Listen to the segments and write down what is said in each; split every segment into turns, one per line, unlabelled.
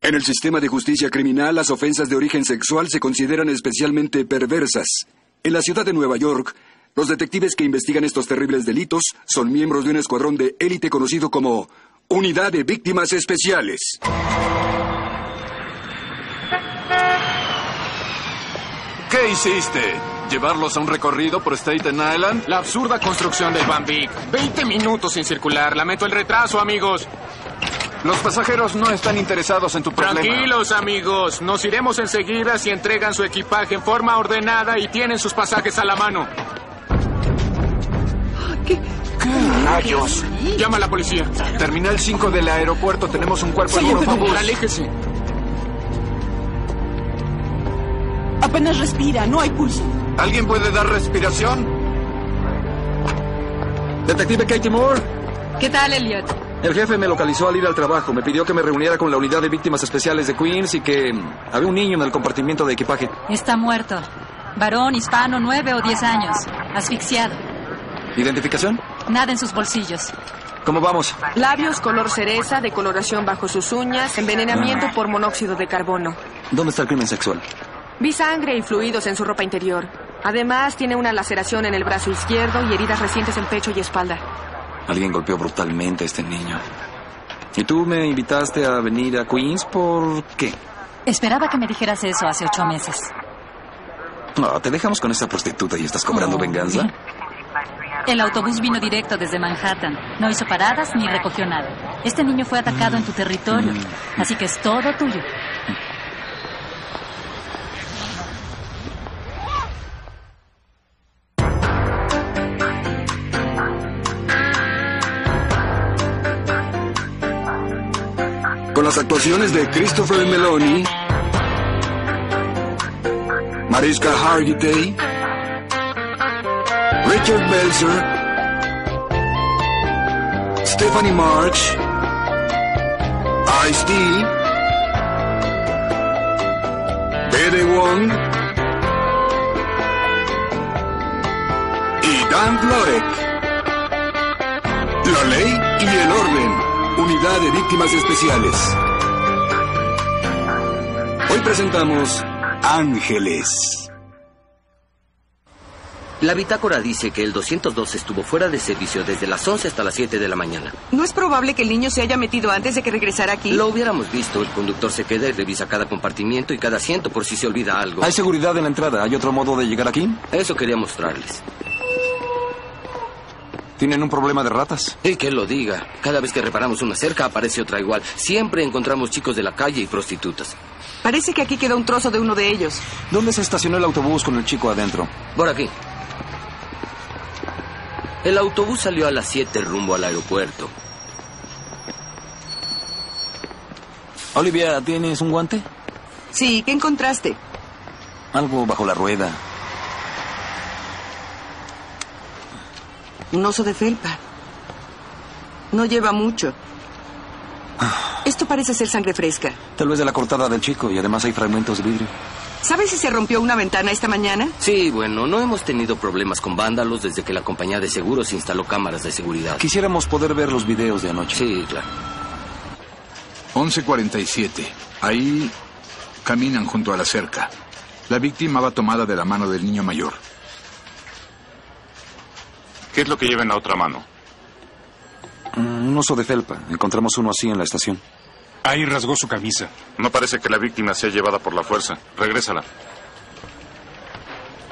En el sistema de justicia criminal, las ofensas de origen sexual se consideran especialmente perversas. En la ciudad de Nueva York, los detectives que investigan estos terribles delitos son miembros de un escuadrón de élite conocido como Unidad de Víctimas Especiales.
¿Qué hiciste? ¿Llevarlos a un recorrido por Staten Island?
La absurda construcción del Van Vic. 20 minutos sin circular. Lamento el retraso, amigos.
Los pasajeros no están interesados en tu problema.
Tranquilos, amigos. Nos iremos enseguida si entregan su equipaje en forma ordenada y tienen sus pasajes a la mano.
¿Qué?
¿Qué rayos?
Llama a la policía.
Terminal 5 del aeropuerto. Tenemos un cuerpo en
Por favor, aléjese.
Apenas respira, no hay pulso.
¿Alguien puede dar respiración?
Detective Katie Moore,
¿Qué tal, Elliot?
el jefe me localizó al ir al trabajo. Me pidió que me reuniera con la unidad de víctimas especiales de Queens y que mm, había un niño en el compartimiento de equipaje.
Está muerto. Varón, hispano, nueve o diez años. Asfixiado.
¿Identificación?
Nada en sus bolsillos.
¿Cómo vamos?
Labios color cereza, decoloración bajo sus uñas, envenenamiento por monóxido de carbono.
¿Dónde está el crimen sexual?
Vi sangre y fluidos en su ropa interior. Además, tiene una laceración en el brazo izquierdo y heridas recientes en pecho y espalda.
Alguien golpeó brutalmente a este niño. ¿Y tú me invitaste a venir a Queens por qué?
Esperaba que me dijeras eso hace ocho meses.
No, te dejamos con esa prostituta y estás cobrando
Oh,
venganza.
sí. El autobús vino directo desde Manhattan. No hizo paradas ni recogió nada. Este niño fue atacado en tu territorio. Así que es todo tuyo.
Con las actuaciones de Christopher Meloni, Mariska Hargitay, Richard Belzer, Stephanie March, Ice-T, Bede Wong y Dan Florek. La ley y el orden. Unidad de víctimas especiales. Hoy presentamos Ángeles.
La bitácora dice que el 202 estuvo fuera de servicio desde las 11 hasta las 7 de la mañana.
¿No es probable que el niño se haya metido antes de que regresara aquí?
Lo hubiéramos visto, el conductor se queda y revisa cada compartimiento y cada asiento por si se olvida algo.
Hay seguridad en la entrada. ¿Hay otro modo de llegar aquí?
Eso quería mostrarles.
¿Tienen un problema de ratas?
Y que lo diga, cada vez que reparamos una cerca aparece otra igual. Siempre encontramos chicos de la calle y prostitutas.
Parece que aquí queda un trozo de uno de ellos.
¿Dónde se estacionó el autobús con el chico adentro?
Por aquí. El autobús salió a las 7 rumbo al aeropuerto.
Olivia, ¿tienes un guante?
Sí, ¿qué encontraste?
Algo bajo la rueda.
Un oso de felpa. No lleva mucho. Esto parece ser sangre fresca.
Tal vez de la cortada del chico y además hay fragmentos de vidrio.
¿Sabes si se rompió una ventana esta mañana?
Sí, bueno, no hemos tenido problemas con vándalos desde que la compañía de seguros instaló cámaras de seguridad.
Quisiéramos poder ver los videos de anoche.
Sí, claro.
11.47. Ahí caminan junto a la cerca. La víctima va tomada de la mano del niño mayor.
¿Qué es lo que lleva en la otra mano?
Mm, Un oso de felpa. Encontramos uno así en la estación.
Ahí rasgó su camisa.
No parece que la víctima sea llevada por la fuerza. Regrésala.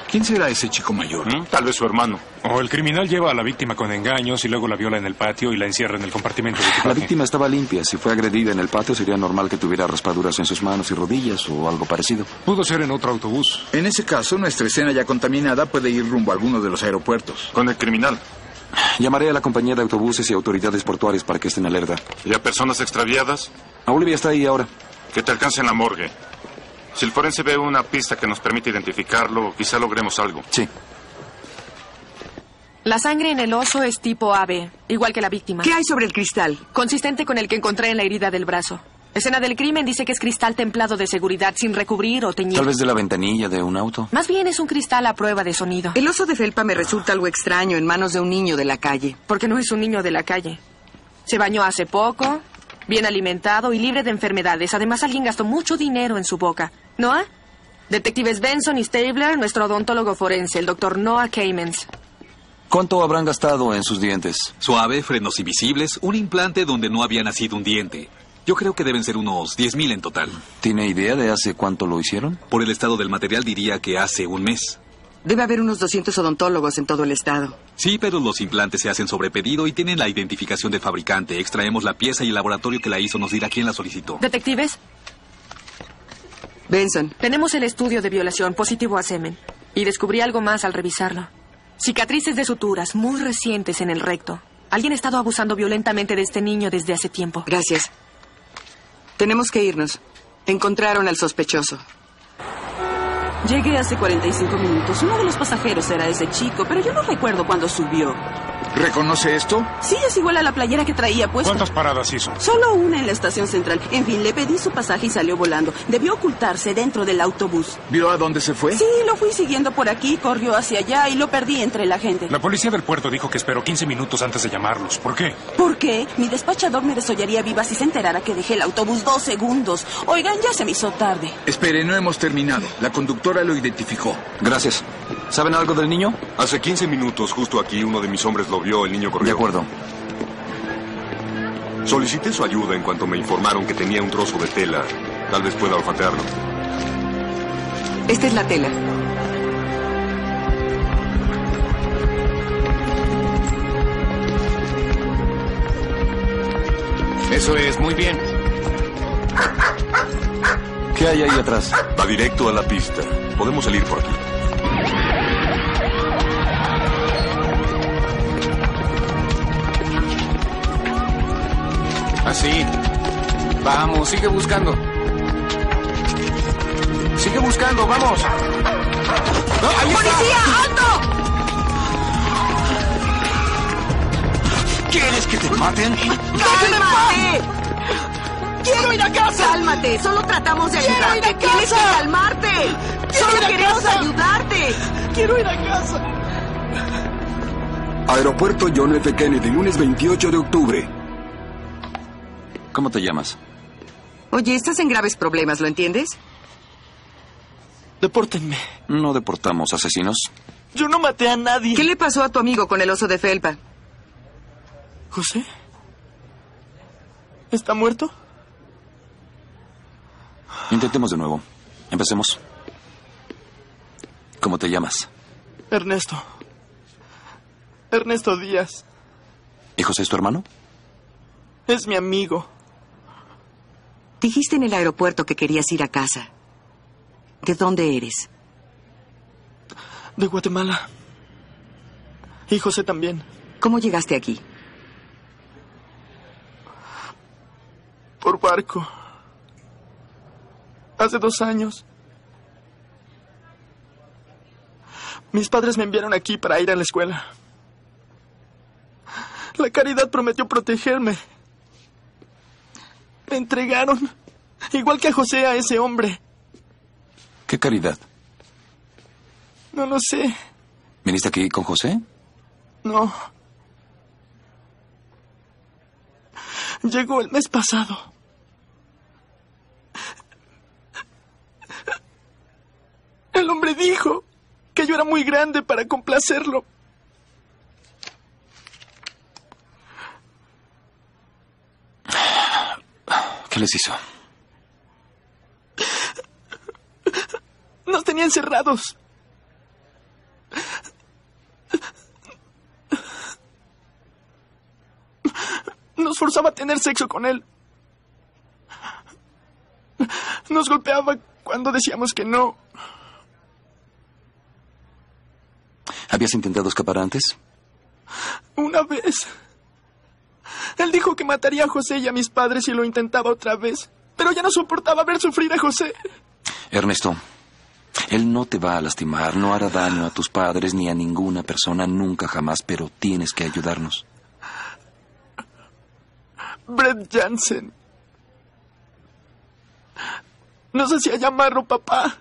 ¿Quién será ese chico mayor?
¿Mm? Tal vez su hermano.
O el criminal lleva a la víctima con engaños y luego la viola en el patio y la encierra en el compartimento de equipaje.
La víctima estaba limpia. Si fue agredida en el patio, sería normal que tuviera raspaduras en sus manos y rodillas o algo parecido.
Pudo ser en otro autobús.
En ese caso, nuestra escena ya contaminada puede ir rumbo a alguno de los aeropuertos.
Con el criminal.
Llamaré a la compañía de autobuses y autoridades portuarias para que estén alerta.
¿Y a personas extraviadas?
A Olivia está ahí ahora.
Que te alcancen la morgue. Si el forense ve una pista que nos permite identificarlo, quizá logremos algo.
Sí.
La sangre en el oso es tipo AB, igual que la víctima.
¿Qué hay sobre el cristal?
Consistente con el que encontré en la herida del brazo. Escena del crimen dice que es cristal templado de seguridad sin recubrir o teñir.
Tal vez de la ventanilla de un auto.
Más bien es un cristal a prueba de sonido.
El oso de felpa me resulta algo extraño en manos de un niño de la calle.
Porque no es un niño de la calle. Se bañó hace poco, bien alimentado y libre de enfermedades. Además, alguien gastó mucho dinero en su boca. ¿Noah? Detectives Benson y Stabler, nuestro odontólogo forense, el doctor Noah Caymans.
¿Cuánto habrán gastado en sus dientes?
Suave, frenos invisibles, un implante donde no había nacido un diente. Yo creo que deben ser unos 10.000 en total.
¿Tiene idea de hace cuánto lo hicieron?
Por el estado del material diría que hace un mes.
Debe haber unos 200 odontólogos en todo el estado.
Sí, pero los implantes se hacen sobre pedido y tienen la identificación del fabricante. Extraemos la pieza y el laboratorio que la hizo nos dirá quién la solicitó.
Detectives.
Benson.
Tenemos el estudio de violación positivo a semen. Y descubrí algo más al revisarlo. Cicatrices de suturas muy recientes en el recto. Alguien ha estado abusando violentamente de este niño desde hace tiempo.
Gracias. Tenemos que irnos. Encontraron al sospechoso.
Llegué hace 45 minutos. Uno de los pasajeros era ese chico, pero yo no recuerdo cuándo subió.
¿Reconoce esto?
Sí, es igual a la playera que traía puesta.
¿Cuántas paradas hizo?
Solo una en la estación central. En fin, le pedí su pasaje y salió volando. Debió ocultarse dentro del autobús.
¿Vio a dónde se fue?
Sí, lo fui siguiendo por aquí, corrió hacia allá y lo perdí entre la gente.
La policía del puerto dijo que esperó 15 minutos antes de llamarlos. ¿Por qué?
¿Por qué? Mi despachador me desollaría viva si se enterara que dejé el autobús dos segundos. Oigan, ya se me hizo tarde.
Espere, no hemos terminado. La conductora lo identificó.
Gracias. ¿Saben algo del niño?
Hace 15 minutos, justo aquí, uno de mis hombres lo vio, el niño corrió.
De acuerdo.
Solicité su ayuda en cuanto me informaron que tenía un trozo de tela. Tal vez pueda olfatearlo.
Esta es la tela.
Eso es, muy bien.
¿Qué hay ahí atrás?
Va directo a la pista. Podemos salir por aquí.
Así. Ah, Vamos, sigue buscando. Sigue buscando, vamos. No, ahí está.
¡Policía, alto!
¿Quieres que te maten?
¡Déjame en paz! ¡Quiero ir a casa!
Cálmate, solo tratamos de
¡Quiero
ayudarte.
ir a casa!
Tienes que calmarte.
¡Quiero
solo
ir a
queremos
casa!
ayudarte.
¡Quiero ir a casa!
Aeropuerto John F. Kennedy, lunes 28 de octubre.
¿Cómo te llamas?
Oye, estás en graves problemas, ¿lo entiendes?
Depórtenme.
No deportamos asesinos.
Yo no maté a nadie.
¿Qué le pasó a tu amigo con el oso de felpa?
¿José? ¿Está muerto?
Intentemos de nuevo. Empecemos. ¿Cómo te llamas?
Ernesto. Ernesto Díaz.
¿Y José es tu hermano?
Es mi amigo.
Dijiste en el aeropuerto que querías ir a casa. ¿De dónde eres?
De Guatemala. Y José también.
¿Cómo llegaste aquí?
Por barco. Hace dos años. Mis padres me enviaron aquí para ir a la escuela. La caridad prometió protegerme. Me entregaron, igual que a José, a ese hombre.
¿Qué caridad?
No lo sé.
¿Viniste aquí con José?
No. Llegó el mes pasado. El hombre dijo que yo era muy grande para complacerlo.
¿Qué les hizo?
Nos tenía encerrados. Nos forzaba a tener sexo con él. Nos golpeaba cuando decíamos que no.
¿Habías intentado escapar antes?
Una vez. Él dijo que mataría a José y a mis padres si lo intentaba otra vez. Pero ya no soportaba ver sufrir a José.
Ernesto, él no te va a lastimar, no hará daño a tus padres ni a ninguna persona nunca jamás, pero tienes que ayudarnos.
Brett Jansen. Nos hacía llamarlo papá.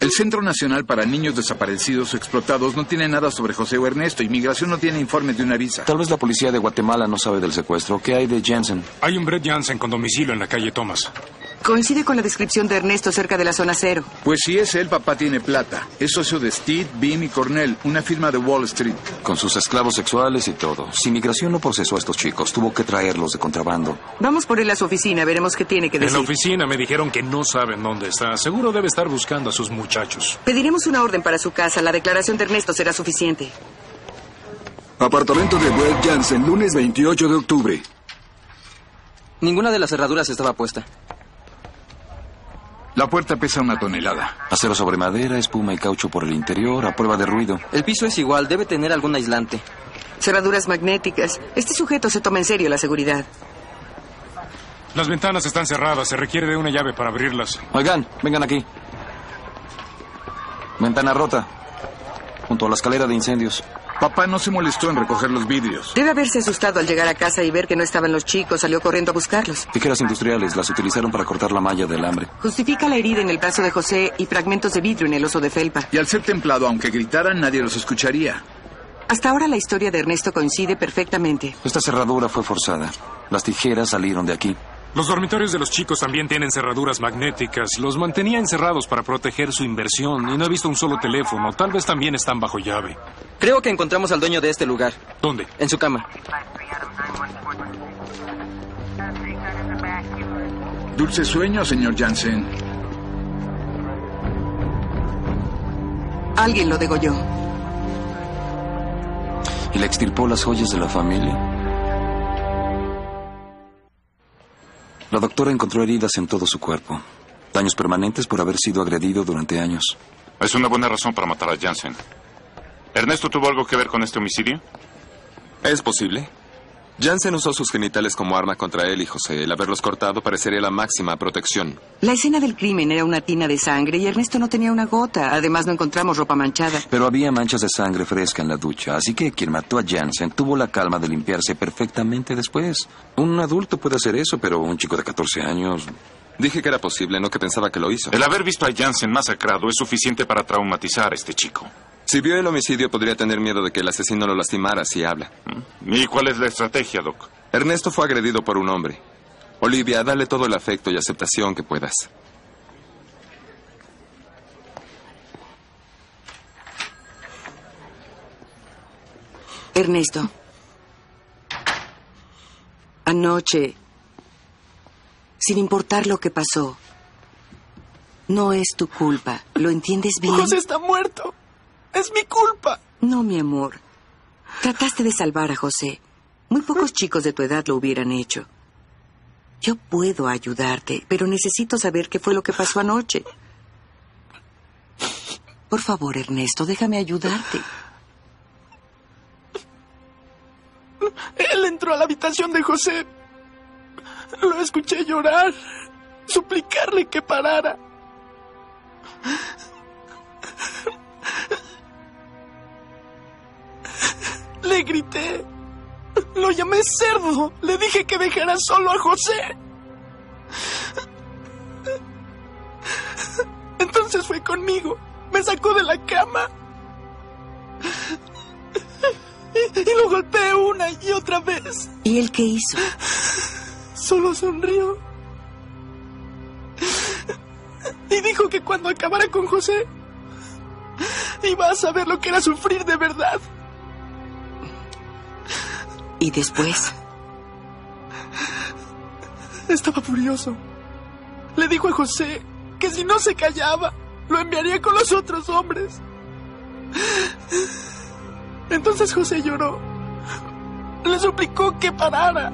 El Centro Nacional para Niños Desaparecidos o Explotados no tiene nada sobre José o Ernesto. Inmigración no tiene informe de una visa.
Tal vez la policía de Guatemala no sabe del secuestro. ¿Qué hay de Jensen?
Hay un Brett Jansen con domicilio en la calle Thomas.
Coincide con la descripción de Ernesto cerca de la zona cero.
Pues si es él, papá tiene plata. Es socio de Steed, Beam y Cornell, una firma de Wall Street.
Con sus esclavos sexuales y todo. Si Migración no procesó a estos chicos, tuvo que traerlos de contrabando.
Vamos por él a su oficina, veremos qué tiene que
En
decir.
la oficina me dijeron que no saben dónde está. Seguro debe estar buscando a sus muchachos.
Pediremos una orden para su casa. La declaración de Ernesto será suficiente.
Apartamento de Brett Jansen, lunes 28 de octubre.
Ninguna de las cerraduras estaba puesta.
La puerta pesa una tonelada.
Acero sobre madera, espuma y caucho por el interior, a prueba de ruido.
El piso es igual, debe tener algún aislante.
Cerraduras magnéticas. Este sujeto se toma en serio la seguridad.
Las ventanas están cerradas, se requiere de una llave para abrirlas.
Oigan, vengan aquí. Ventana rota. Junto a la escalera de incendios.
Papá no se molestó en recoger los vidrios.
Debe haberse asustado al llegar a casa y ver que no estaban los chicos. Salió corriendo a buscarlos.
Tijeras industriales las utilizaron para cortar la malla del hambre.
Justifica la herida en el brazo de José y fragmentos de vidrio en el oso de felpa.
Y al ser templado, aunque gritaran, nadie los escucharía.
Hasta ahora la historia de Ernesto coincide perfectamente.
Esta cerradura fue forzada. Las tijeras salieron de aquí.
Los dormitorios de los chicos también tienen cerraduras magnéticas. Los mantenía encerrados para proteger su inversión y no he visto un solo teléfono. Tal vez también están bajo llave.
Creo que encontramos al dueño de este lugar.
¿Dónde?
En su cama.
Dulce sueño, señor Jansen.
Alguien lo degolló.
Y le extirpó las joyas de la familia. La doctora encontró heridas en todo su cuerpo. Daños permanentes por haber sido agredido durante años.
Es una buena razón para matar a Jansen. ¿Ernesto tuvo algo que ver con este homicidio?
¿Es posible? Jansen usó sus genitales como arma contra él y José. El haberlos cortado parecería la máxima protección.
La escena del crimen era una tina de sangre y Ernesto no tenía una gota. Además, no encontramos ropa manchada.
Pero había manchas de sangre fresca en la ducha, así que quien mató a Jansen tuvo la calma de limpiarse perfectamente después. Un adulto puede hacer eso, pero un chico de 14 años.
Dije que era posible, no que pensaba que lo hizo.
El haber visto a Jansen masacrado es suficiente para traumatizar a este chico.
Si vio el homicidio, podría tener miedo de que el asesino lo lastimara si habla.
¿Mm? ¿Y cuál es la estrategia, Doc?
Ernesto fue agredido por un hombre. Olivia, dale todo el afecto y aceptación que puedas.
Ernesto. Anoche, sin importar lo que pasó, no es tu culpa. ¿Lo entiendes bien?
José está muerto. Es mi culpa.
No, mi amor. Trataste de salvar a José. Muy
Mm.
pocos chicos de tu edad lo hubieran hecho. Yo puedo ayudarte, pero necesito saber qué fue lo que pasó anoche. Por favor, Ernesto, déjame ayudarte.
Él entró a la habitación de José. Lo escuché llorar, suplicarle que parara. Le grité. Lo llamé cerdo. Le dije que dejara solo a José. Entonces fue conmigo. Me sacó de la cama. Y, y lo golpeé una y otra vez.
¿Y él qué hizo?
Solo sonrió. Y dijo que cuando acabara con José, iba a saber lo que era sufrir de verdad.
¿Y después?
Estaba furioso. Le dijo a José que si no se callaba, lo enviaría con los otros hombres. Entonces José lloró. Le suplicó que parara.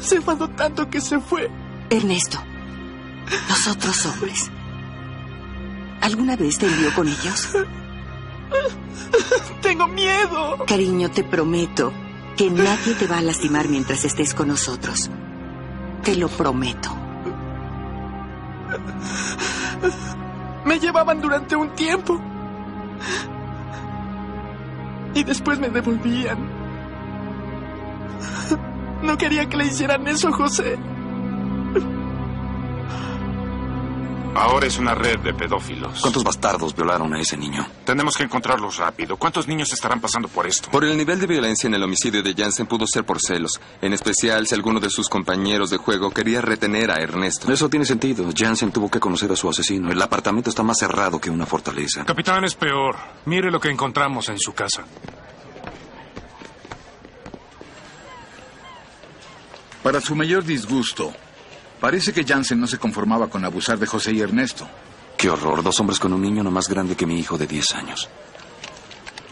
Se enfadó tanto que se fue.
Ernesto, los otros hombres. ¿Alguna vez te envió con ellos?
Tengo miedo.
Cariño, te prometo que nadie te va a lastimar mientras estés con nosotros. Te lo prometo.
Me llevaban durante un tiempo. Y después me devolvían. No quería que le hicieran eso a José.
Ahora es una red de pedófilos.
¿Cuántos bastardos violaron a ese niño?
Tenemos que encontrarlos rápido. ¿Cuántos niños estarán pasando por esto?
Por el nivel de violencia en el homicidio de Jansen pudo ser por celos, en especial si alguno de sus compañeros de juego quería retener a Ernesto.
Eso tiene sentido. Jansen tuvo que conocer a su asesino. El apartamento está más cerrado que una fortaleza.
Capitán, es peor. Mire lo que encontramos en su casa.
Para su mayor disgusto, parece que Jansen no se conformaba con abusar de José y Ernesto.
Qué horror, dos hombres con un niño no más grande que mi hijo de 10 años.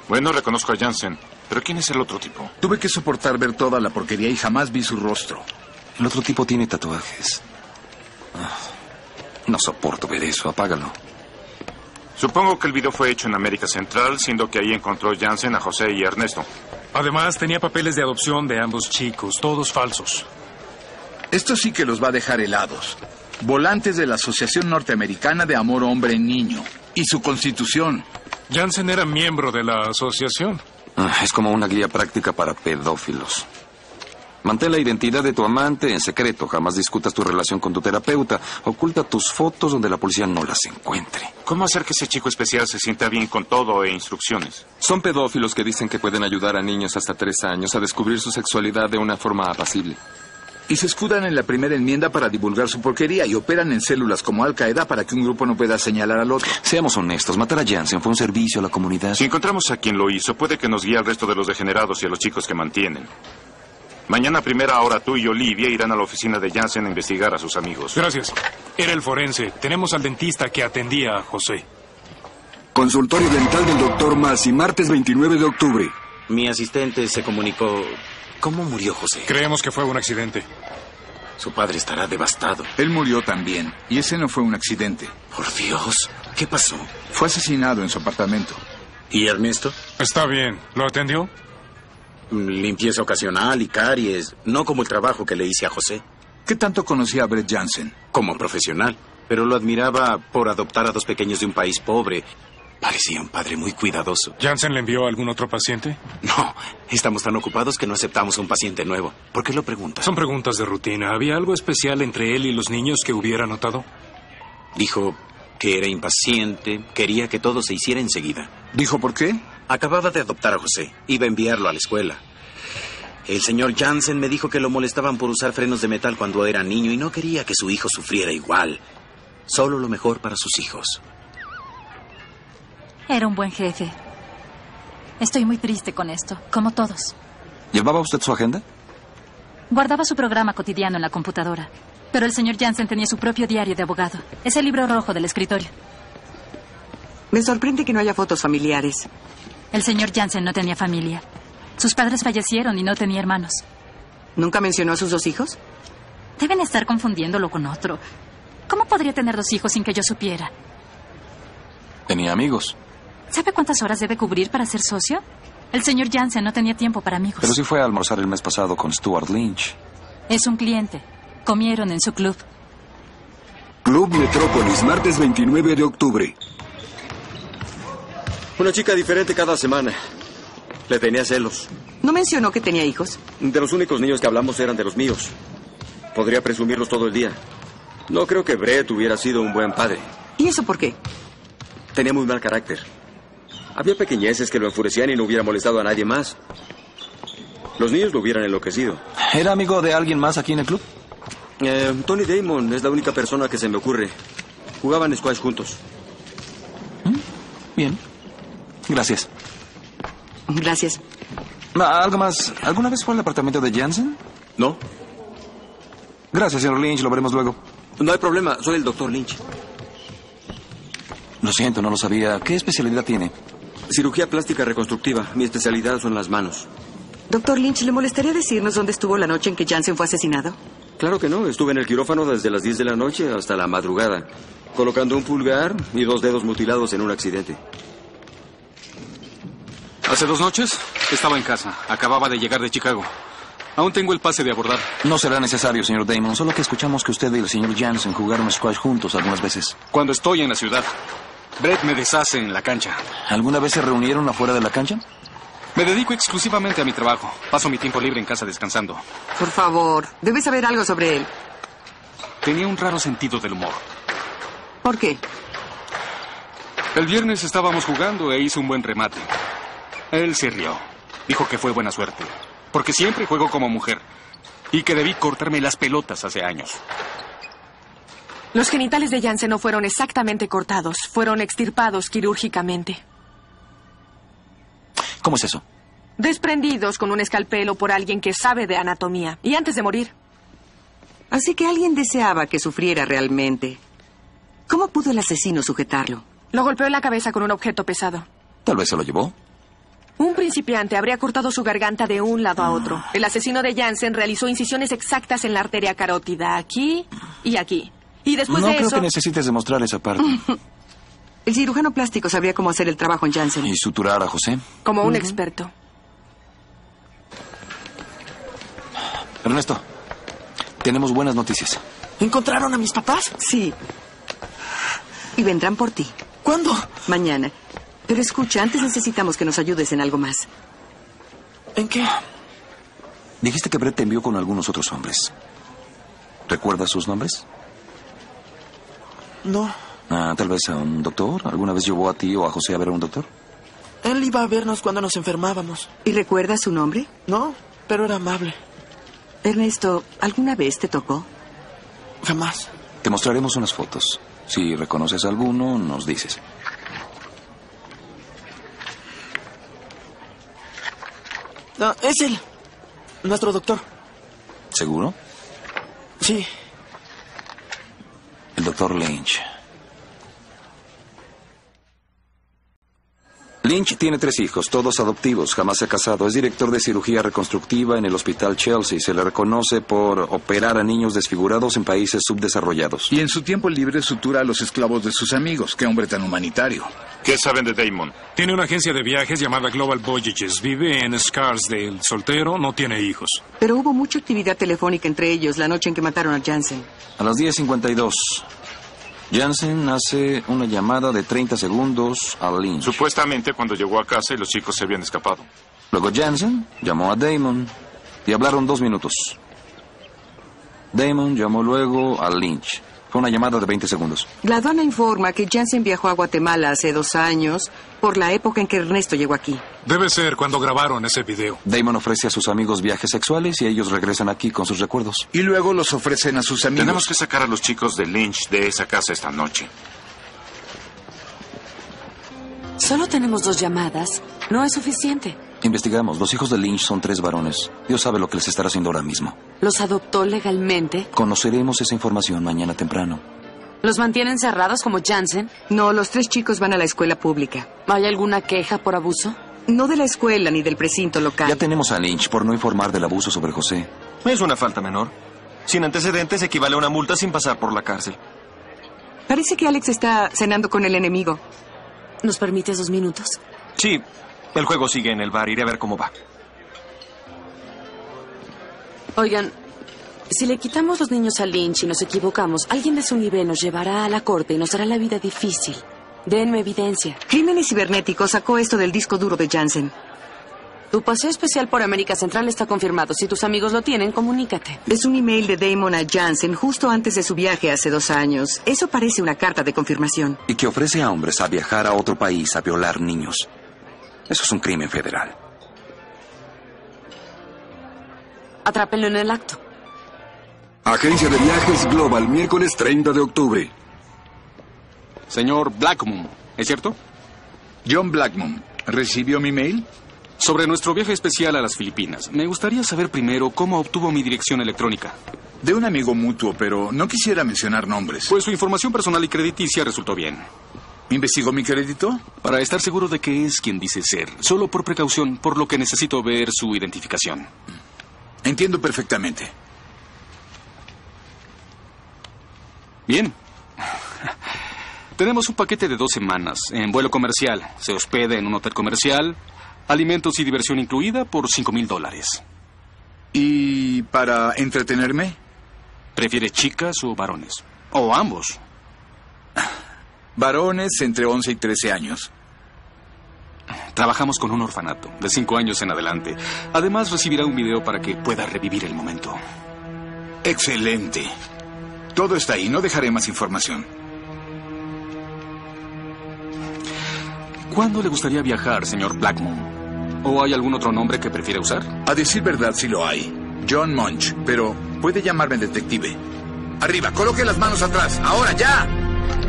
Bueno, reconozco a Jansen, pero ¿quién es el otro tipo?
Tuve que soportar ver toda la porquería y jamás vi su rostro.
El otro tipo tiene tatuajes. Ah, no soporto ver eso, apágalo.
Supongo que el video fue hecho en América Central, siendo que ahí encontró Jansen a José y Ernesto.
Además, tenía papeles de adopción de ambos chicos, todos falsos.
Esto sí que los va a dejar helados. Volantes de la Asociación Norteamericana de Amor Hombre-Niño y su constitución.
Jansen era miembro de la asociación.
Ah, es como una guía práctica para pedófilos. Mantén la identidad de tu amante en secreto. Jamás discutas tu relación con tu terapeuta. Oculta tus fotos donde la policía no las encuentre.
¿Cómo hacer que ese chico especial se sienta bien con todo e instrucciones?
Son pedófilos que dicen que pueden ayudar a niños hasta tres años a descubrir su sexualidad de una forma apacible.
Y se escudan en la primera enmienda para divulgar su porquería y operan en células como Al Qaeda para que un grupo no pueda señalar al otro.
Seamos honestos, matar a Jansen fue un servicio a la comunidad.
Si encontramos a quien lo hizo, puede que nos guíe al resto de los degenerados y a los chicos que mantienen. Mañana a primera hora tú y Olivia irán a la oficina de Jansen a investigar a sus amigos.
Gracias. Era el forense. Tenemos al dentista que atendía a José.
Consultorio dental del doctor Masi, martes 29 de octubre.
Mi asistente se comunicó. ¿Cómo murió José?
Creemos que fue un accidente.
Su padre estará devastado.
Él murió también, y ese no fue un accidente.
Por Dios, ¿qué pasó?
Fue asesinado en su apartamento.
¿Y Ernesto?
Está bien. ¿Lo atendió?
limpieza ocasional y caries, no como el trabajo que le hice a José.
¿Qué tanto conocía a Brett Jansen?
Como profesional, pero lo admiraba por adoptar a dos pequeños de un país pobre. Parecía un padre muy cuidadoso.
¿Jansen le envió a algún otro paciente?
No, estamos tan ocupados que no aceptamos un paciente nuevo. ¿Por qué lo preguntas?
Son preguntas de rutina. ¿Había algo especial entre él y los niños que hubiera notado?
Dijo que era impaciente, quería que todo se hiciera enseguida.
¿Dijo por qué?
Acababa de adoptar a José. Iba a enviarlo a la escuela. El señor Jansen me dijo que lo molestaban por usar frenos de metal cuando era niño y no quería que su hijo sufriera igual. Solo lo mejor para sus hijos.
Era un buen jefe. Estoy muy triste con esto, como todos.
¿Llevaba usted su agenda?
Guardaba su programa cotidiano en la computadora. Pero el señor Jansen tenía su propio diario de abogado. Es el libro rojo del escritorio.
Me sorprende que no haya fotos familiares.
El señor Jansen no tenía familia. Sus padres fallecieron y no tenía hermanos.
¿Nunca mencionó a sus dos hijos?
Deben estar confundiéndolo con otro. ¿Cómo podría tener dos hijos sin que yo supiera?
Tenía amigos.
¿Sabe cuántas horas debe cubrir para ser socio? El señor Jansen no tenía tiempo para amigos.
Pero sí fue a almorzar el mes pasado con Stuart Lynch.
Es un cliente. Comieron en su club.
Club Metrópolis, martes 29 de octubre.
Una chica diferente cada semana. Le tenía celos.
¿No mencionó que tenía hijos?
De los únicos niños que hablamos eran de los míos. Podría presumirlos todo el día. No creo que Brett hubiera sido un buen padre.
¿Y eso por qué?
Tenía muy mal carácter. Había pequeñeces que lo enfurecían y no hubiera molestado a nadie más. Los niños lo hubieran enloquecido.
¿Era amigo de alguien más aquí en el club?
Eh, Tony Damon es la única persona que se me ocurre. Jugaban squash juntos.
Bien. Gracias.
Gracias.
¿Algo más? ¿Alguna vez fue al apartamento de Jansen?
No.
Gracias, señor Lynch. Lo veremos luego.
No hay problema. Ah, Soy el doctor Lynch.
Lo siento, no lo sabía. ¿Qué especialidad tiene?
Cirugía plástica reconstructiva. Mi especialidad son las manos.
Doctor Lynch, ¿le molestaría decirnos dónde estuvo la noche en que Jansen fue asesinado?
Claro que no. Estuve en el quirófano desde las 10 de la noche hasta la madrugada, colocando un pulgar y dos dedos mutilados en un accidente.
Hace dos noches estaba en casa. Acababa de llegar de Chicago. Aún tengo el pase de abordar.
No será necesario, señor Damon. Solo que escuchamos que usted y el señor Jansen jugaron squash juntos algunas veces.
Cuando estoy en la ciudad, Brett me deshace en la cancha.
¿Alguna vez se reunieron afuera de la cancha?
Me dedico exclusivamente a mi trabajo. Paso mi tiempo libre en casa descansando.
Por favor, debe saber algo sobre él.
Tenía un raro sentido del humor.
¿Por qué?
El viernes estábamos jugando e hizo un buen remate. Él se rió. Dijo que fue buena suerte. Porque siempre juego como mujer. Y que debí cortarme las pelotas hace años.
Los genitales de Jansen no fueron exactamente cortados, fueron extirpados quirúrgicamente.
¿Cómo es eso?
Desprendidos con un escalpelo por alguien que sabe de anatomía. Y antes de morir,
Así que alguien deseaba que sufriera realmente. ¿Cómo pudo el asesino sujetarlo?
lo golpeó en la cabeza con un objeto pesado.
Tal vez se lo llevó.
Un principiante habría cortado su garganta de un lado a otro.
Ah.
El asesino de Jansen realizó incisiones exactas en la arteria carótida, aquí y aquí. Y después
no
de
creo
eso, Mm.
que necesites demostrar esa parte.
El cirujano plástico sabría cómo hacer el trabajo en Janssen.
¿Y suturar a José?
como un experto.
Ernesto, tenemos buenas noticias.
¿Encontraron a mis papás? Sí. Y vendrán por ti. ¿Cuándo? Mañana. Pero escucha, antes necesitamos que nos ayudes en algo más. ¿En qué?
Dijiste que Brett te envió con algunos otros hombres. ¿Recuerdas sus nombres?
No,
Ah, tal vez a un doctor. ¿Alguna vez llevó a ti o a José a ver a un doctor?
él iba a vernos cuando nos enfermábamos.
¿Y recuerdas su nombre?
No, pero era amable.
Ernesto, ¿alguna vez te tocó?
Jamás.
Te mostraremos unas fotos. Si reconoces alguno, nos dices.
Ah, es él. Nuestro doctor.
¿Seguro?
Sí.
El doctor Lynch. Lynch tiene tres hijos, todos adoptivos, jamás se ha casado. Es director de cirugía reconstructiva en el Hospital Chelsea. Se le reconoce por operar a niños desfigurados en países subdesarrollados.
Y en su tiempo libre sutura a los esclavos de sus amigos. Qué hombre tan humanitario.
¿Qué saben de Damon?
Tiene una agencia de viajes llamada Global Voyages. Vive en Scarsdale. Soltero, no tiene hijos.
Pero hubo mucha actividad telefónica entre ellos la noche en que mataron a Jansen.
A las 10.52, Jansen hace una llamada de 30 segundos a Lynch.
Supuestamente cuando llegó a casa y los chicos se habían escapado.
Luego Jansen llamó a Damon y hablaron dos minutos. Damon llamó luego a Lynch. Fue una llamada de 20 segundos.
La aduana informa que Jansen viajó a Guatemala hace dos años, por la época en que Ernesto llegó aquí.
Debe ser cuando grabaron ese video.
Damon ofrece a sus amigos viajes sexuales y ellos regresan aquí con sus recuerdos.
Y luego los ofrecen a sus amigos.
Tenemos que sacar a los chicos de Lynch de esa casa esta noche.
Solo tenemos dos llamadas. No es suficiente.
Investigamos. Los hijos de Lynch son tres varones. Dios sabe lo que les estará haciendo ahora mismo.
Los adoptó legalmente.
Conoceremos esa información mañana temprano.
Los mantienen cerrados como Jansen.
No, los tres chicos van a la escuela pública.
¿Hay alguna queja por abuso?
No de la escuela ni del precinto local.
Ya tenemos a Lynch por no informar del abuso sobre José.
Es una falta menor. Sin antecedentes equivale a una multa sin pasar por la cárcel.
Parece que Alex está cenando con el enemigo.
¿Nos permites dos minutos?
Sí, el juego sigue en el bar. Iré a ver cómo va.
Oigan, si le quitamos los niños a Lynch y nos equivocamos, alguien de su nivel nos llevará a la corte y nos hará la vida difícil. Denme evidencia.
Crímenes Cibernéticos sacó esto del disco duro de Jansen.
Tu paseo especial por América Central está confirmado. Si tus amigos lo tienen, comunícate.
Es un email de Damon a Jansen justo antes de su viaje hace dos años. Eso parece una carta de confirmación.
y que ofrece a hombres a viajar a otro país a violar niños. Eso es un crimen federal.
Atrápenlo en el acto.
Agencia de Viajes Global, miércoles 30 de octubre.
Señor Blackmon, ¿es cierto?
John Blackmon, ¿recibió mi mail?
Sobre nuestro viaje especial a las Filipinas, me gustaría saber primero cómo obtuvo mi dirección electrónica.
De un amigo mutuo, pero no quisiera mencionar nombres.
Pues su información personal y crediticia resultó bien.
¿Investigó mi crédito?
Para estar seguro de que es quien dice ser, solo por precaución, por lo que necesito ver su identificación.
Entiendo perfectamente.
Bien. Tenemos un paquete de dos semanas en vuelo comercial. Se hospeda en un hotel comercial. Alimentos y diversión incluida por 5 mil dólares.
¿Y para entretenerme?
¿Prefiere chicas o varones? O ambos.
Varones entre 11 y 13 años.
Trabajamos con un orfanato, de 5 años en adelante. Además, recibirá un video para que pueda revivir el momento.
Excelente. Todo está ahí, no dejaré más información.
¿Cuándo le gustaría viajar, señor Blackmon? ¿O hay algún otro nombre que prefiere usar?
A decir verdad, sí lo hay. John Munch, pero puede llamarme detective. Arriba, coloque las manos atrás. Ahora, ya.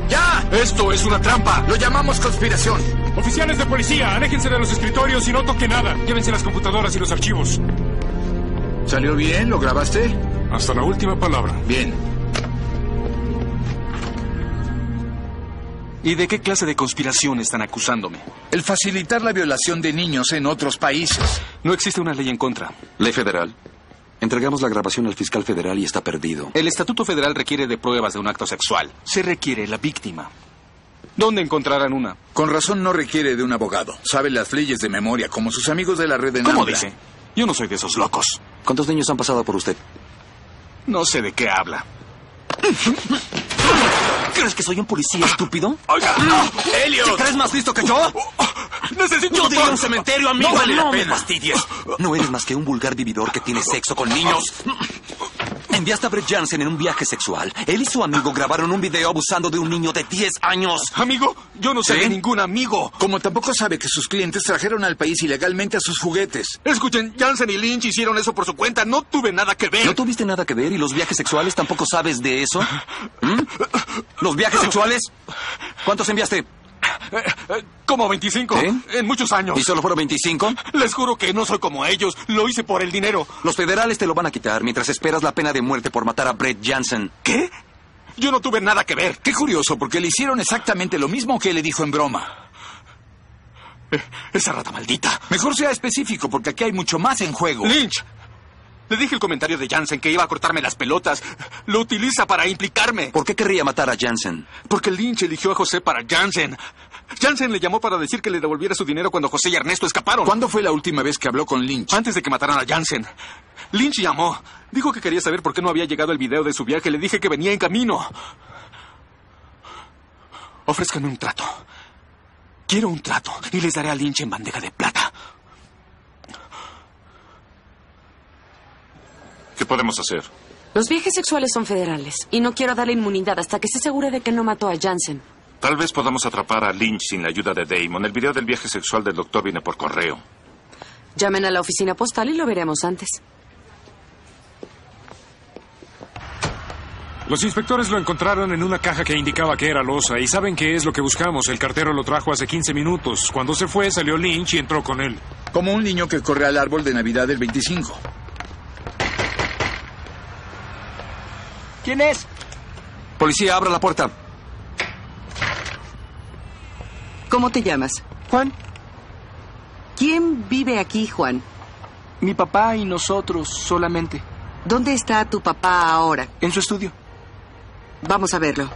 ¡Ya!
Esto es una trampa.
Lo llamamos conspiración.
Oficiales de policía, aléjense de los escritorios y no toque nada. Llévense las computadoras y los archivos.
¿Salió bien? ¿Lo grabaste?
Hasta la última palabra.
Bien.
¿Y de qué clase de conspiración están acusándome?
El facilitar la violación de niños en otros países.
No existe una ley en contra.
Ley federal. Entregamos la grabación al fiscal federal y está perdido.
El Estatuto Federal requiere de pruebas de un acto sexual. Se requiere la víctima. ¿Dónde encontrarán una?
Con razón no requiere de un abogado. Sabe las leyes de memoria, como sus amigos de la red de
¿Cómo
Nambla.
dice? Yo no soy de esos locos.
¿Cuántos niños han pasado por usted?
No sé de qué habla.
¿Crees que soy un policía estúpido?
¡Oiga!
¡Elliot! ¿Te crees más listo que yo?
¡Necesito
Yo diría un cementerio, amigo.
No vale la
me
pena.
fastidies. No eres más que un vulgar vividor que tiene sexo con niños. Enviaste a Brett Jansen en un viaje sexual. Él y su amigo grabaron un video abusando de un niño de 10 años.
Amigo, yo no sé de ningún amigo.
Como tampoco sabe que sus clientes trajeron al país ilegalmente a sus juguetes.
Escuchen, Jansen y Lynch hicieron eso por su cuenta. No tuve nada que ver.
¿No tuviste nada que ver y los viajes sexuales tampoco sabes de eso? ¿Mm? ¿Los viajes sexuales? ¿Cuántos enviaste?
Eh, Como 25.
¿Eh?
En muchos años.
¿Y solo fueron 25?
Les juro que no soy como ellos. Lo hice por el dinero.
Los federales te lo van a quitar Ah, mientras esperas la pena de muerte por matar a Brett Jansen.
¿Qué? Yo no tuve nada que ver.
Qué curioso, porque le hicieron exactamente lo mismo que le dijo en broma. Eh,
Esa rata maldita.
Mejor sea específico, porque aquí hay mucho más en juego.
Lynch. Le dije el comentario de Jansen que iba a cortarme las pelotas. Lo utiliza para implicarme.
¿Por qué querría matar a Jansen?
Porque Lynch eligió a José para Jansen. Jansen le llamó para decir que le devolviera su dinero cuando José y Ernesto escaparon.
¿Cuándo fue la última vez que habló con Lynch?
Antes de que mataran a Jansen. Lynch llamó. Dijo que quería saber por qué no había llegado el video de su viaje. Le dije que venía en camino. Ofrézcame un trato. Quiero un trato y les daré a Lynch en bandeja de plata.
¿Qué podemos hacer?
Los viajes sexuales son federales y no quiero darle inmunidad hasta que esté segura de que no mató a Jansen.
Tal vez podamos atrapar a Lynch sin la ayuda de Damon. El video del viaje sexual del doctor viene por correo.
Llamen a la oficina postal y lo veremos antes.
Los inspectores lo encontraron en una caja que indicaba que era losa y saben qué es lo que buscamos. El cartero lo trajo hace 15 minutos. Cuando se fue, salió Lynch y entró con él.
Como un niño que corre al árbol de Navidad del 25.
¿Quién es? Policía, abra la puerta.
¿Cómo te llamas?
Juan,
¿Quién vive aquí, Juan?
mi papá y nosotros solamente.
¿Dónde está tu papá ahora?
En su estudio.
Vamos a verlo.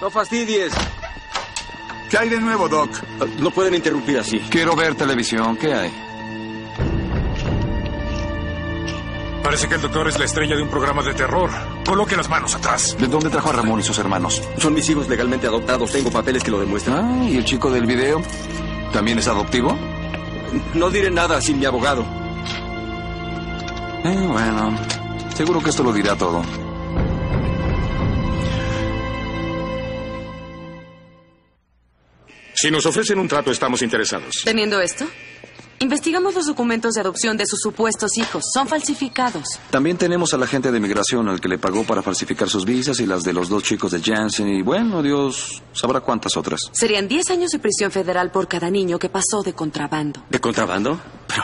No fastidies.
¿Qué hay de nuevo, Doc?
Ah, No pueden interrumpir así.
Quiero ver televisión. ¿Qué hay?
Parece que el doctor es la estrella de un programa de terror. Coloque las manos atrás.
¿De dónde trajo a Ramón y sus hermanos?
Son mis hijos legalmente adoptados. Tengo papeles que lo demuestran.
Ah, ¿y el chico del video? ¿También es adoptivo?
No diré nada sin mi abogado.
Eh, bueno. Seguro que esto lo dirá todo.
Si nos ofrecen un trato, estamos interesados.
Teniendo esto, investigamos los documentos de adopción de sus supuestos hijos. Son falsificados.
También tenemos al agente de migración al que le pagó para falsificar sus visas y las de los dos chicos de Jansen y bueno, Dios sabrá cuántas otras.
Serían 10 años de prisión federal por cada niño que pasó de contrabando,
¿De contrabando? Pero,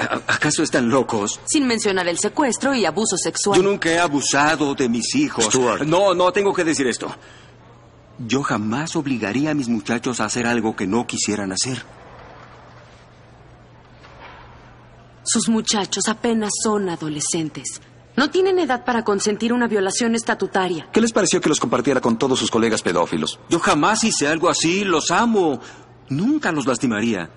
¿a- ¿acaso están locos?
sin mencionar el secuestro y abuso sexual.
Yo nunca he abusado de mis hijos.
Stuart.
No, no, tengo que decir esto. Yo jamás obligaría a mis muchachos a hacer algo que no quisieran hacer.
Sus muchachos apenas son adolescentes. No tienen edad para consentir una violación estatutaria.
¿Qué les pareció que los compartiera con todos sus colegas pedófilos?
Yo jamás hice algo así. Los amo. Nunca los lastimaría.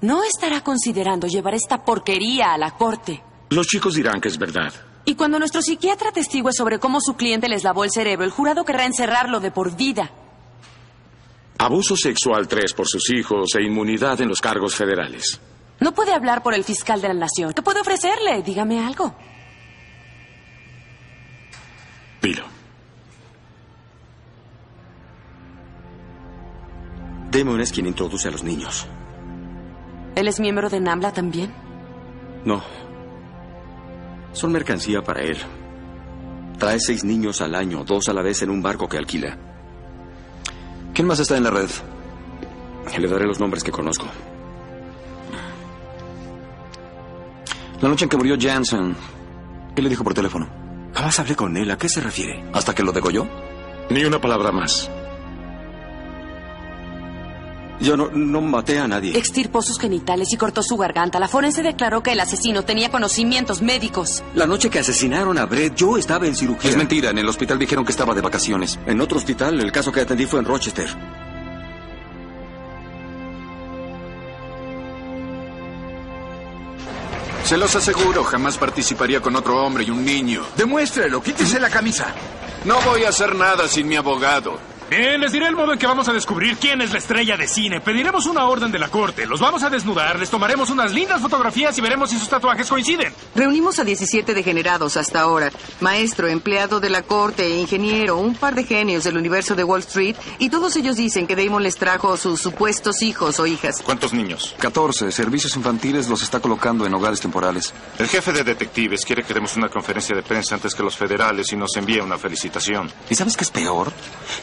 No estará considerando llevar esta porquería a la corte.
Los chicos dirán que es verdad.
Y cuando nuestro psiquiatra testigue sobre cómo su cliente les lavó el cerebro, el jurado querrá encerrarlo de por vida.
Abuso sexual 3 por sus hijos e inmunidad en los cargos federales.
No puede hablar por el fiscal de la nación. ¿Qué puede ofrecerle? Dígame algo.
Dilo.
Damon es quien introduce a los niños.
¿Él es miembro de NAMLA también?
No. Son mercancía para él. Trae seis niños al año, dos a la vez en un barco que alquila.
¿Quién más está en la red?
Le daré los nombres que conozco.
La noche en que murió Jansen, ¿qué le dijo por teléfono?
Jamás hablé con él. ¿A qué se refiere?
¿Hasta que lo degolló?
Ni una palabra más. Yo no, no maté a nadie.
Extirpó sus genitales y cortó su garganta. La forense declaró que el asesino tenía conocimientos médicos.
La noche que asesinaron a Brett, yo estaba en cirugía.
Es mentira, en el hospital dijeron que estaba de vacaciones.
En otro hospital, el caso que atendí fue en Rochester.
Se los aseguro, jamás participaría con otro hombre y un niño. Demuéstrelo, quítese la camisa. No voy a hacer nada sin mi abogado.
Eh,
Bien, les diré el modo en que vamos a descubrir quién es la estrella de cine. Pediremos una orden de la corte, los vamos a desnudar, les tomaremos unas lindas fotografías y veremos si sus tatuajes coinciden.
Reunimos a 17 degenerados hasta ahora. Maestro, empleado de la corte, e ingeniero, un par de genios del universo de Wall Street. Y todos ellos dicen que Damon les trajo sus supuestos hijos o hijas.
¿Cuántos niños?
14. Servicios infantiles los está colocando en hogares temporales.
El jefe de detectives quiere que demos una conferencia de prensa antes que los federales y nos envíe una felicitación.
¿Y sabes qué es peor?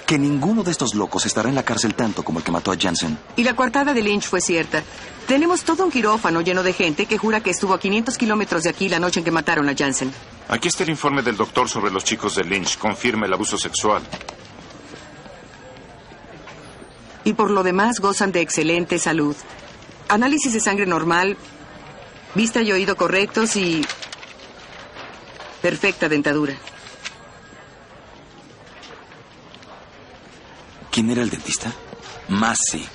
Que ninguno de estos locos estará en la cárcel tanto como el que mató a Jansen.
Y la coartada de Lynch fue cierta. Tenemos todo un quirófano lleno de gente que jura que estuvo a 500 kilómetros de aquí la noche en que mataron a Jansen.
Aquí está el informe del doctor sobre los chicos de Lynch. Confirma el abuso sexual.
Y por lo demás gozan de excelente salud. Análisis de sangre normal, vista y oído correctos y perfecta dentadura.
¿Quién era el dentista? Massey.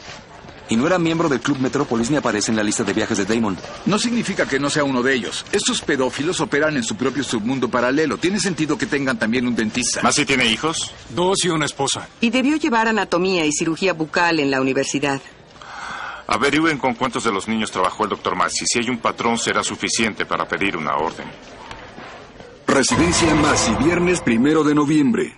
Y no era miembro del Club Metrópolis ni aparece en la lista de viajes de Damon.
No significa que no sea uno de ellos. Estos pedófilos operan en su propio submundo paralelo. Tiene sentido que tengan también un dentista.
¿Más si tiene hijos?
Dos y una esposa.
Y debió llevar anatomía y cirugía bucal en la universidad.
Averigüen con cuántos de los niños trabajó el doctor Massey. Si hay un patrón, será suficiente para pedir una orden.
Residencia Masi, viernes primero de noviembre.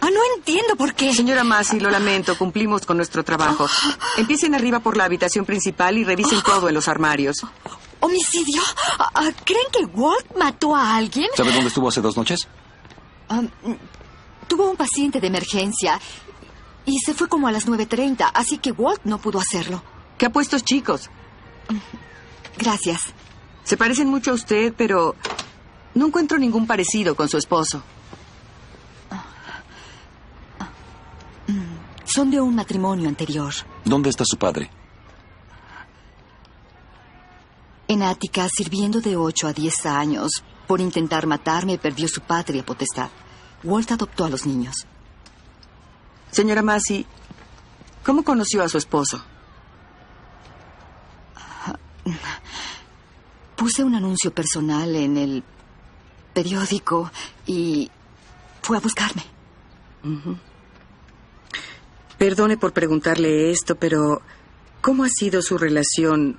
Ah, no entiendo por qué.
Señora Massey, lo lamento, cumplimos con nuestro trabajo. Empiecen arriba por la habitación principal y revisen todo en los armarios.
¿Homicidio? Ah, ah, ¿Creen que Walt mató a alguien?
¿Sabes dónde estuvo hace dos noches?
Ah, mm, tuvo un paciente de emergencia y se fue como a las 9.30, así que Walt no pudo hacerlo.
¿Qué apuestos chicos?
Gracias.
Se parecen mucho a usted, pero no encuentro ningún parecido con su esposo.
Son de un matrimonio anterior.
¿Dónde está su padre?
En Ática, sirviendo de 8 a 10 años, por intentar matarme, perdió su patria potestad. Walt adoptó a los niños.
Señora Massey, ¿cómo conoció a su esposo?
Ah, Puse un anuncio personal en el periódico y fue a buscarme.
Perdone por preguntarle esto, pero ¿cómo ha sido su relación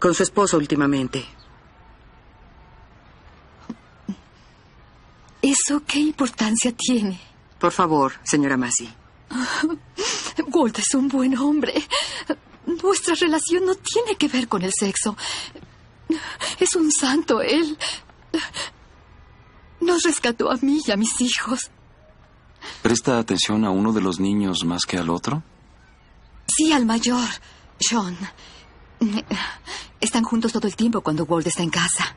con su esposo últimamente?
¿Eso qué importancia tiene?
Por favor, señora Massey.
Walt es un buen hombre. Nuestra relación no tiene que ver con el sexo. Es un santo. Él nos rescató a mí y a mis hijos.
¿Presta atención a uno de los niños más que al otro?
Sí, al mayor, Sean. Están juntos todo el tiempo cuando Walt está en casa.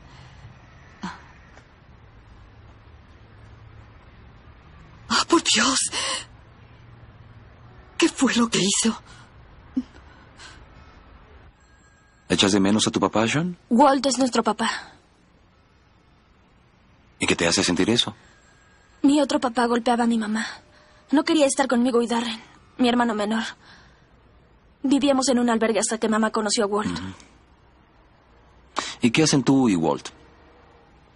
¡Ah, por Dios! ¿Qué fue lo que hizo?
¿Echas de menos a tu papá, Sean?
Walt es nuestro papá.
¿Y qué te hace sentir eso?
Mi otro papá golpeaba a mi mamá. No quería estar conmigo y Darren, mi hermano menor. Vivíamos en un albergue hasta que mamá conoció a Walt.
¿Y qué hacen tú y Walt?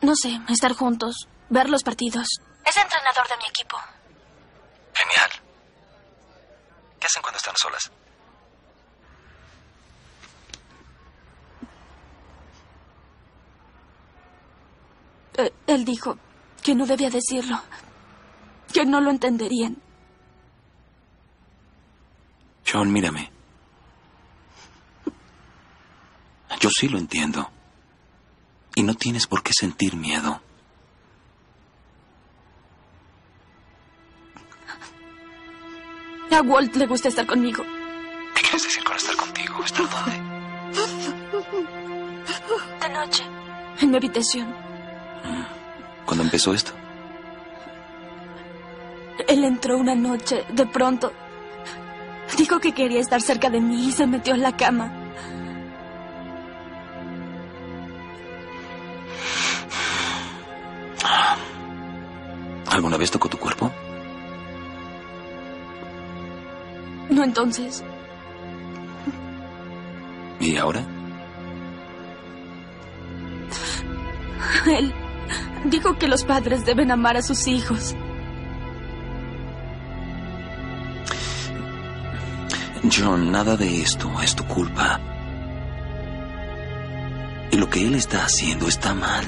No sé, estar juntos, ver los partidos. Es entrenador de mi equipo.
Genial. ¿Qué hacen cuando están solas?
Eh, él dijo que no debía decirlo, que no lo entenderían.
John, mírame. Yo sí lo entiendo. Y no tienes por qué sentir miedo.
A Walt le gusta estar conmigo.
¿Qué quieres decir con estar contigo? ¿Estar dónde?
De noche, en mi habitación,
¿Cuándo empezó esto?
él entró una noche, de pronto. Dijo que quería estar cerca de mí y se metió en la cama.
¿Alguna vez tocó tu cuerpo?
No entonces.
¿Y ahora?
Él dijo que los padres deben amar a sus hijos.
John, nada de esto es tu culpa. Y lo que él está haciendo está mal.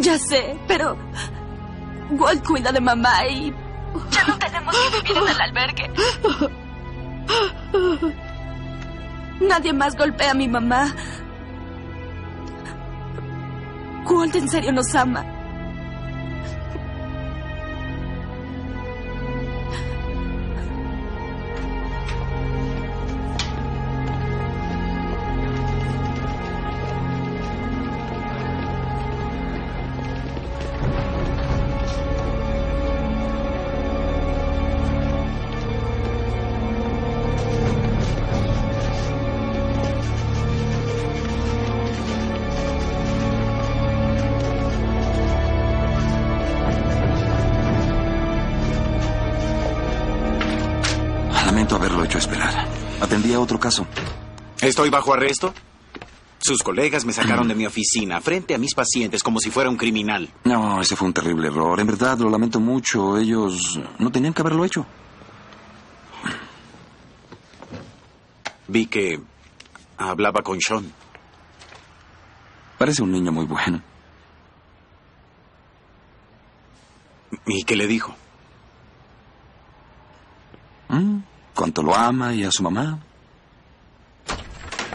Ya sé, pero Walt cuida de mamá y ya no tenemos que vivir en el albergue. Nadie más golpea a mi mamá. Walt en serio nos ama.
Lamento haberlo hecho esperar. Atendía otro caso.
¿Estoy bajo arresto? Sus colegas me sacaron de mi oficina frente a mis pacientes como si fuera un criminal.
No, ese fue un terrible error. En verdad, lo lamento mucho. Ellos no tenían que haberlo hecho.
Vi que hablaba con Sean.
Parece un niño muy bueno.
¿Y qué le dijo?
Mm, Cuánto lo ama y a su mamá.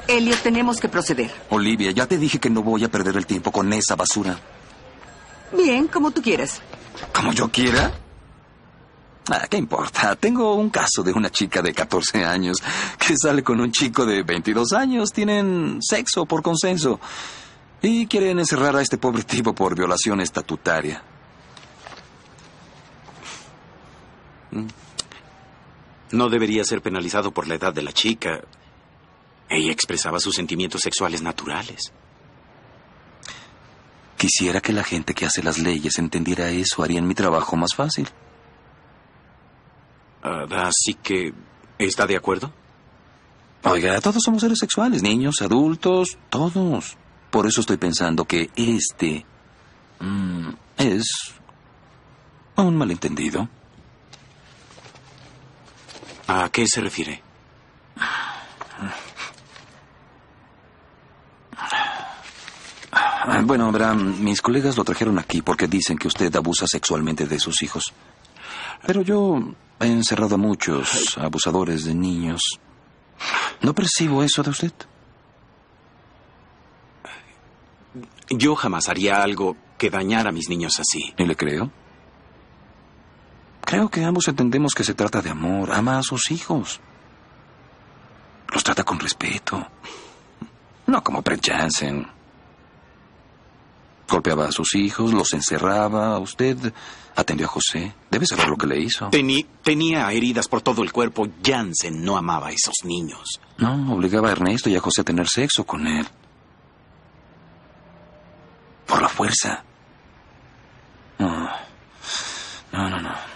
Elliot, tenemos que proceder.
Olivia, ya te dije que no voy a perder el tiempo con esa basura.
Bien, como tú quieras.
¿Como yo quiera? Ah, ¿Qué importa? Tengo un caso de una chica de 14 años que sale con un chico de 22 años. Tienen sexo por consenso. Y quieren encerrar a este pobre tipo por violación estatutaria.
No debería ser penalizado por la edad de la chica. Ella expresaba sus sentimientos sexuales naturales.
Quisiera que la gente que hace las leyes entendiera eso. Harían mi trabajo más fácil.
Ah, así que, ¿está de acuerdo?
Oiga, todos somos seres sexuales, niños, adultos, todos. Por eso estoy pensando que este mm, es un malentendido.
¿A qué se refiere?
Ah, Bueno, Abraham, mis colegas lo trajeron aquí porque dicen que usted abusa sexualmente de sus hijos. Pero yo he encerrado a muchos abusadores de niños. No percibo eso de usted.
Yo jamás haría algo que dañara a mis niños así.
¿Y le creo? Creo que ambos entendemos que se trata de amor. Ama a sus hijos. Los trata con respeto. No como Brett Jansen. Golpeaba a sus hijos, los encerraba. Usted atendió a José. Debe saber lo que le hizo.
Tení- tenía heridas por todo el cuerpo. Jansen no amaba a esos niños.
No, obligaba a Ernesto y a José a tener sexo con él. Por la fuerza. No. No, no, no.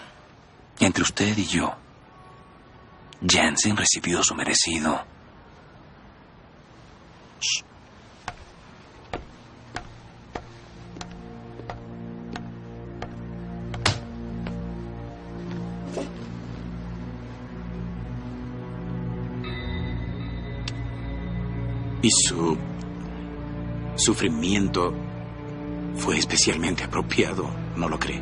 Entre usted y yo, Jansen recibió su merecido.
Y su sufrimiento fue especialmente apropiado, ¿no lo cree?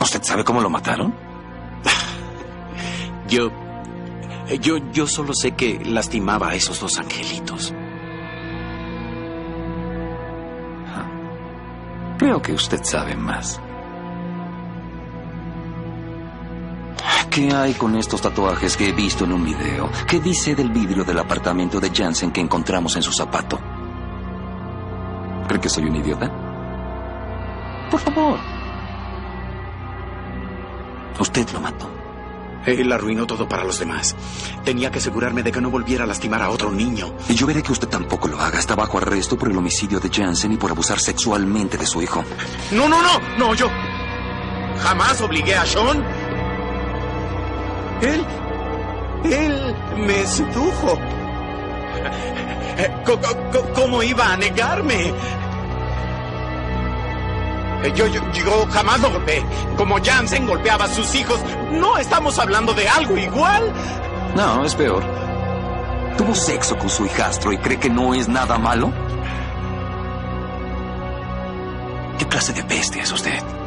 ¿Usted sabe cómo lo mataron?
Yo, yo, yo solo sé que lastimaba a esos dos angelitos.
Creo que usted sabe más. ¿Qué hay con estos tatuajes que he visto en un video? ¿Qué dice del vidrio del apartamento de Jansen que encontramos en su zapato? ¿Cree que soy un idiota? Por favor.
Usted lo mató. Él arruinó todo para los demás. Tenía que asegurarme de que no volviera a lastimar a otro niño.
Y yo veré que usted tampoco lo haga. Está bajo arresto por el homicidio de Jansen y por abusar sexualmente de su hijo.
No, no, no, no, yo. Jamás obligué a Sean. Él. Él me sedujo. Co- co- co- ¿Cómo iba a negarme? Yo, yo, yo jamás lo golpeé. Como Jansen golpeaba a sus hijos, no estamos hablando de algo igual.
No, es peor.
Tuvo sexo con su hijastro y cree que no es nada malo. ¿Qué clase de bestia es usted?